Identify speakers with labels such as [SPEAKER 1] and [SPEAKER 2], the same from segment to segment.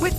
[SPEAKER 1] With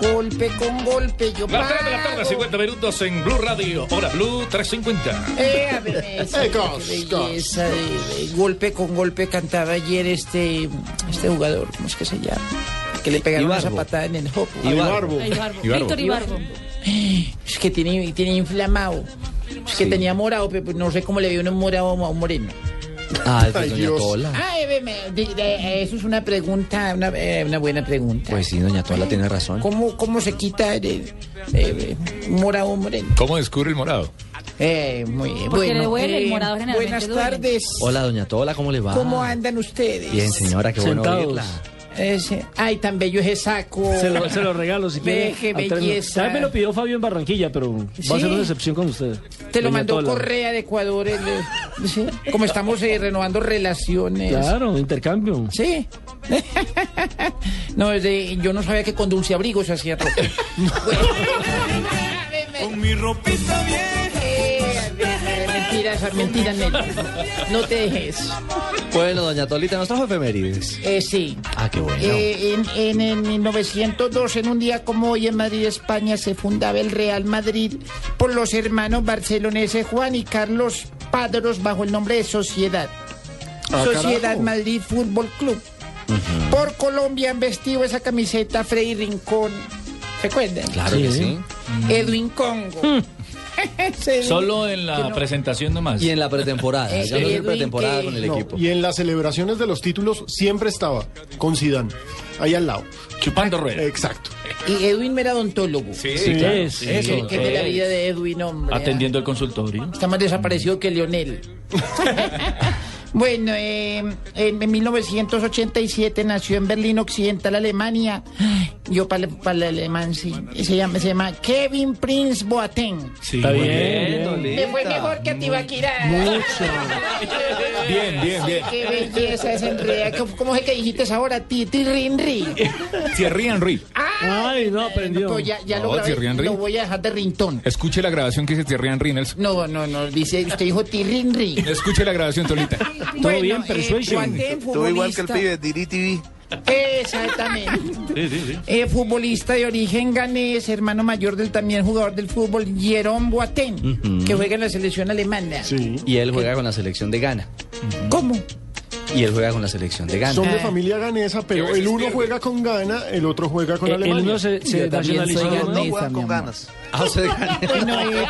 [SPEAKER 2] Golpe con golpe, yo
[SPEAKER 3] La tarde, la tarde, 50 minutos en Blue Radio. Hora Blue 350.
[SPEAKER 2] Eh, a ver, esa,
[SPEAKER 4] Eh,
[SPEAKER 2] qué
[SPEAKER 4] cos,
[SPEAKER 2] belleza, eh, golpe con golpe cantaba ayer este, este jugador, ¿cómo es que se llama? Que le pegaron una zapatada en el hopo.
[SPEAKER 5] Víctor Ibarbo.
[SPEAKER 2] Eh, Es que tiene, tiene inflamado. Es que tenía morado, pero pues no sé cómo le vio un morado a un moreno.
[SPEAKER 5] Ah, pues doña Tola.
[SPEAKER 2] Ah, eh, me- de- de- eso es una pregunta, una, eh, una buena pregunta.
[SPEAKER 5] Pues sí, doña Tola tiene razón.
[SPEAKER 2] ¿Cómo, ¿Cómo se quita el, el- eh, morado a un moreno?
[SPEAKER 3] ¿Cómo descubre el morado?
[SPEAKER 2] Eh, muy bien.
[SPEAKER 5] Porque
[SPEAKER 2] bueno,
[SPEAKER 5] le duele, el
[SPEAKER 2] eh,
[SPEAKER 5] morado generalmente
[SPEAKER 2] Buenas
[SPEAKER 5] duele.
[SPEAKER 2] tardes.
[SPEAKER 5] Hola, doña Tola, ¿cómo le va?
[SPEAKER 2] ¿Cómo andan ustedes?
[SPEAKER 5] Bien, señora, qué bueno
[SPEAKER 6] Sentados.
[SPEAKER 5] oírla.
[SPEAKER 2] Ese- ay, tan bello ese saco.
[SPEAKER 6] Se lo, se lo regalo si
[SPEAKER 2] Ve,
[SPEAKER 6] quiere.
[SPEAKER 2] qué
[SPEAKER 6] Al término.
[SPEAKER 2] belleza.
[SPEAKER 6] También me lo pidió Fabio en Barranquilla, pero va
[SPEAKER 2] Sí.
[SPEAKER 6] a ser una excepción con usted.
[SPEAKER 2] Te lo
[SPEAKER 6] Doña
[SPEAKER 2] mandó
[SPEAKER 6] Tola.
[SPEAKER 2] Correa de Ecuador. el- el- ¿sí? Como estamos eh, renovando relaciones.
[SPEAKER 6] Claro, intercambio.
[SPEAKER 2] Sí. no, es de- yo no sabía que con dulce abrigo se hacía ropa. Con mi ropita Eh, bien. Mentiras, mentiras, Nelly. No te dejes.
[SPEAKER 5] Bueno, doña Tolita, nos trajo efemérides.
[SPEAKER 2] Eh, sí.
[SPEAKER 5] Ah, qué bueno.
[SPEAKER 2] Eh, en, en, en 1902, en un día como hoy en Madrid, España, se fundaba el Real Madrid por los hermanos barceloneses Juan y Carlos Padros bajo el nombre de Sociedad. Sociedad Madrid Fútbol Club. Por Colombia han vestido esa camiseta Freddy Rincón. ¿Recuerdan?
[SPEAKER 5] Claro que sí.
[SPEAKER 2] Edwin Congo.
[SPEAKER 6] Hmm.
[SPEAKER 2] Ese Edwin-
[SPEAKER 3] Solo en la
[SPEAKER 2] que no-
[SPEAKER 3] presentación nomás.
[SPEAKER 5] Y en la pretemporada.
[SPEAKER 2] Eh,
[SPEAKER 5] ya no es
[SPEAKER 2] Edwin,
[SPEAKER 5] pretemporada
[SPEAKER 2] que-
[SPEAKER 5] con el
[SPEAKER 2] no.
[SPEAKER 5] equipo.
[SPEAKER 7] Y en las celebraciones de los títulos siempre estaba con Sidán, ahí al lado.
[SPEAKER 3] Chupando ruedas.
[SPEAKER 7] Exacto.
[SPEAKER 2] Y Edwin era odontólogo.
[SPEAKER 6] Sí,
[SPEAKER 3] claro.
[SPEAKER 6] sí,
[SPEAKER 2] Eso, que de la vida de Edwin, hombre.
[SPEAKER 3] Atendiendo el consultorio.
[SPEAKER 2] Está más desaparecido que Lionel. bueno, eh, en 1987 nació en Berlín Occidental, Alemania. Ay, Yo para el alemán, sí. Se llama, se llama Kevin Prince Boateng.
[SPEAKER 3] Sí,
[SPEAKER 6] Está
[SPEAKER 3] muy
[SPEAKER 6] bien.
[SPEAKER 2] Me fue mejor que a Tibaquirá.
[SPEAKER 3] Bien, bien, bien.
[SPEAKER 2] Qué belleza esa enredada. ¿Cómo- ¿Cómo es que dijiste ahora? Titi Rinri.
[SPEAKER 3] Thierry Henry.
[SPEAKER 6] Ay, no aprendió.
[SPEAKER 2] Pues ya, ya
[SPEAKER 3] No,
[SPEAKER 2] lo
[SPEAKER 3] Thierry
[SPEAKER 2] grabé.
[SPEAKER 3] Henry.
[SPEAKER 2] Lo voy a dejar de rintón.
[SPEAKER 3] Escuche la grabación que dice Thierry Henry, Nelson.
[SPEAKER 2] No, no, no. Dice, usted dijo Tirrinri.
[SPEAKER 3] Escuche la grabación, Tolita.
[SPEAKER 2] Todo
[SPEAKER 6] bien, Persuasion.
[SPEAKER 2] Todo igual que el pibe de Exactamente. Eh, futbolista de origen ganés, hermano mayor del también jugador del fútbol, Jerome Boateng, que juega en la selección alemana.
[SPEAKER 7] Sí.
[SPEAKER 5] Y él juega con la selección de Ghana.
[SPEAKER 2] ¿Cómo? Ah.
[SPEAKER 5] Y él juega con la selección de Ghana. Ah,
[SPEAKER 7] Son de familia ganesa, pero el uno juega con Ghana, el otro juega con
[SPEAKER 6] Eh,
[SPEAKER 7] Alemania.
[SPEAKER 6] él no se, se
[SPEAKER 2] Yo también soy
[SPEAKER 6] nacionalizó. ¿no?
[SPEAKER 2] ganés, mi amor.
[SPEAKER 5] Ah, o sea, de Ghana.
[SPEAKER 2] Bueno, eh,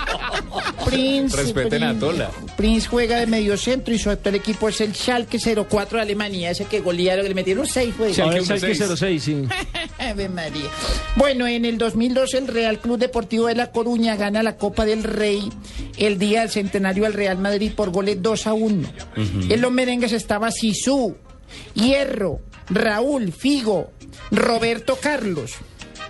[SPEAKER 2] Prince,
[SPEAKER 3] Respeten a
[SPEAKER 2] Prince-
[SPEAKER 3] Tola.
[SPEAKER 2] Prince juega de mediocentro y su actual equipo es el Schalke 04 de Alemania, ese que golearon, que le metieron seis, güey.
[SPEAKER 3] Schalke
[SPEAKER 6] Ahora es el que
[SPEAKER 3] 06.
[SPEAKER 6] 06, sí.
[SPEAKER 2] Ave María. Bueno, en el 2002 el Real Club Deportivo de La Coruña gana la Copa del Rey el día del centenario al Real Madrid por goles 2 a 1. En los merengues estaba Sisú, Hierro, Raúl, Figo, Roberto Carlos.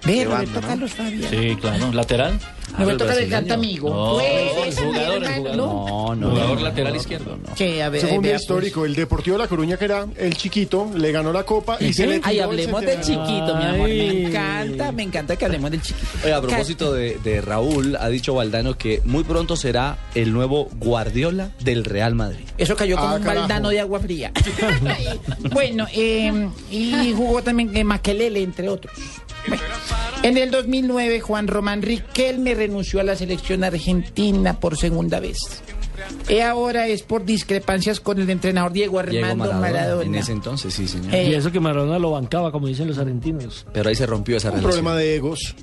[SPEAKER 2] Ve, Roberto Carlos Fabián.
[SPEAKER 3] Sí, claro. ¿Lateral?
[SPEAKER 2] Roberto Carlos,
[SPEAKER 5] el brasileño.
[SPEAKER 2] canta amigo.
[SPEAKER 3] No,
[SPEAKER 2] Pues,
[SPEAKER 3] el jugador, el
[SPEAKER 2] hermano, ¿no?
[SPEAKER 3] jugador.
[SPEAKER 5] No, no.
[SPEAKER 3] Jugador
[SPEAKER 5] no,
[SPEAKER 3] lateral
[SPEAKER 5] no,
[SPEAKER 3] izquierdo.
[SPEAKER 5] no, no.
[SPEAKER 2] Que, a ver,
[SPEAKER 7] Ese fue un
[SPEAKER 2] vea,
[SPEAKER 7] día
[SPEAKER 2] pues.
[SPEAKER 7] histórico. El Deportivo de La Coruña, que era el chiquito, le ganó la copa y se le
[SPEAKER 2] pues.
[SPEAKER 7] quitó
[SPEAKER 2] Ay,
[SPEAKER 7] el
[SPEAKER 2] hablemos de
[SPEAKER 7] centenario.
[SPEAKER 2] chiquito, mi amor. Me
[SPEAKER 6] Ay.
[SPEAKER 2] encanta, me encanta que hablemos del chiquito.
[SPEAKER 5] Oye, a propósito de, de Raúl, ha dicho Valdano que muy pronto será el nuevo Guardiola del Real Madrid.
[SPEAKER 2] Eso cayó como
[SPEAKER 7] Ah,
[SPEAKER 2] un
[SPEAKER 7] carajo.
[SPEAKER 2] baldano de agua fría. bueno, eh, y jugó también en Maquelele, entre otros. Bueno, en el 2009, Juan Román Riquelme renunció a la selección argentina por segunda vez. Y ahora es por discrepancias con el entrenador Diego
[SPEAKER 5] Diego
[SPEAKER 2] Armando
[SPEAKER 5] Maradona,
[SPEAKER 2] Maradona.
[SPEAKER 5] en ese entonces, sí, señor.
[SPEAKER 2] Eh,
[SPEAKER 6] Y eso que Maradona lo bancaba, como dicen los argentinos.
[SPEAKER 5] Pero ahí se rompió esa
[SPEAKER 7] Un
[SPEAKER 5] relación.
[SPEAKER 7] problema de egos.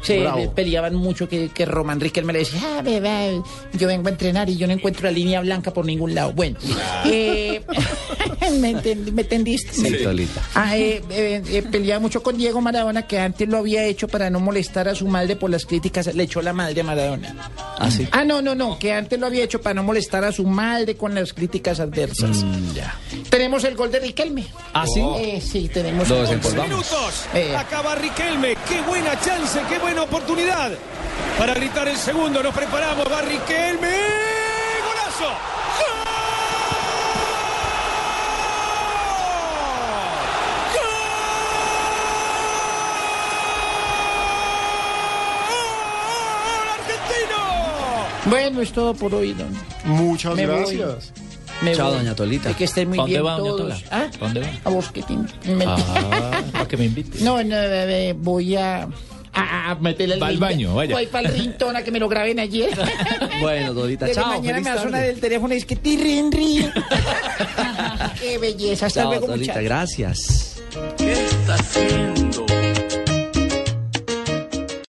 [SPEAKER 2] Se
[SPEAKER 7] Bravo.
[SPEAKER 2] le peleaban mucho que, que Román Riquelme le decía, ah, bebé, yo vengo a entrenar y yo no encuentro la línea blanca por ningún lado. Bueno, eh, ¿me, entendí- me entendiste?
[SPEAKER 5] Sí, Tolita.
[SPEAKER 2] Ah, eh, eh, eh, peleaba mucho con Diego Maradona, que antes lo había hecho para no molestar a su madre por las críticas. Le echó la madre a Maradona.
[SPEAKER 5] Ah, sí.
[SPEAKER 2] Ah, no, no, no, que antes lo había hecho para no molestar a su madre con las críticas adversas.
[SPEAKER 3] Mm,
[SPEAKER 2] Tenemos el gol de Riquelme.
[SPEAKER 5] ¿Ah, sí?
[SPEAKER 2] Eh, sí, tenemos el
[SPEAKER 5] Lo
[SPEAKER 2] gol.
[SPEAKER 5] desempolvamos.
[SPEAKER 2] Eh,
[SPEAKER 8] Acaba Riquelme. Qué buena chance, qué buena oportunidad. Para gritar el segundo, nos preparamos. Va Riquelme. ¡Golazo! ¡Gol! ¡Gol argentino!
[SPEAKER 2] bueno, es todo por hoy, don.
[SPEAKER 7] Muchas
[SPEAKER 2] Me voy.
[SPEAKER 7] gracias.
[SPEAKER 2] Me
[SPEAKER 5] Chao,
[SPEAKER 2] voy.
[SPEAKER 5] doña Tolita.
[SPEAKER 2] Y Que estén muy
[SPEAKER 3] ¿Dónde
[SPEAKER 2] bien
[SPEAKER 3] va, doña
[SPEAKER 2] todos.
[SPEAKER 3] Tola?
[SPEAKER 2] ¿Ah?
[SPEAKER 3] ¿Dónde va?
[SPEAKER 2] A Bosquetín. Mentira.
[SPEAKER 3] Ah, para que me invite.
[SPEAKER 2] No, no, eh, eh, voy a... A, a meterle el
[SPEAKER 3] Va al
[SPEAKER 2] link.
[SPEAKER 3] baño, vaya.
[SPEAKER 2] Voy para el ringtone a que me lo graben ayer.
[SPEAKER 5] Bueno, Dorita,
[SPEAKER 2] Desde
[SPEAKER 5] chao,
[SPEAKER 2] mañana
[SPEAKER 5] feliz
[SPEAKER 2] me va a sonar
[SPEAKER 5] tarde.
[SPEAKER 2] el teléfono y es que tirrin, rin. Qué belleza. Hasta
[SPEAKER 5] Chao,
[SPEAKER 2] luego,
[SPEAKER 5] Tolita,
[SPEAKER 2] muchachos.
[SPEAKER 5] gracias.
[SPEAKER 8] ¿Qué está haciendo?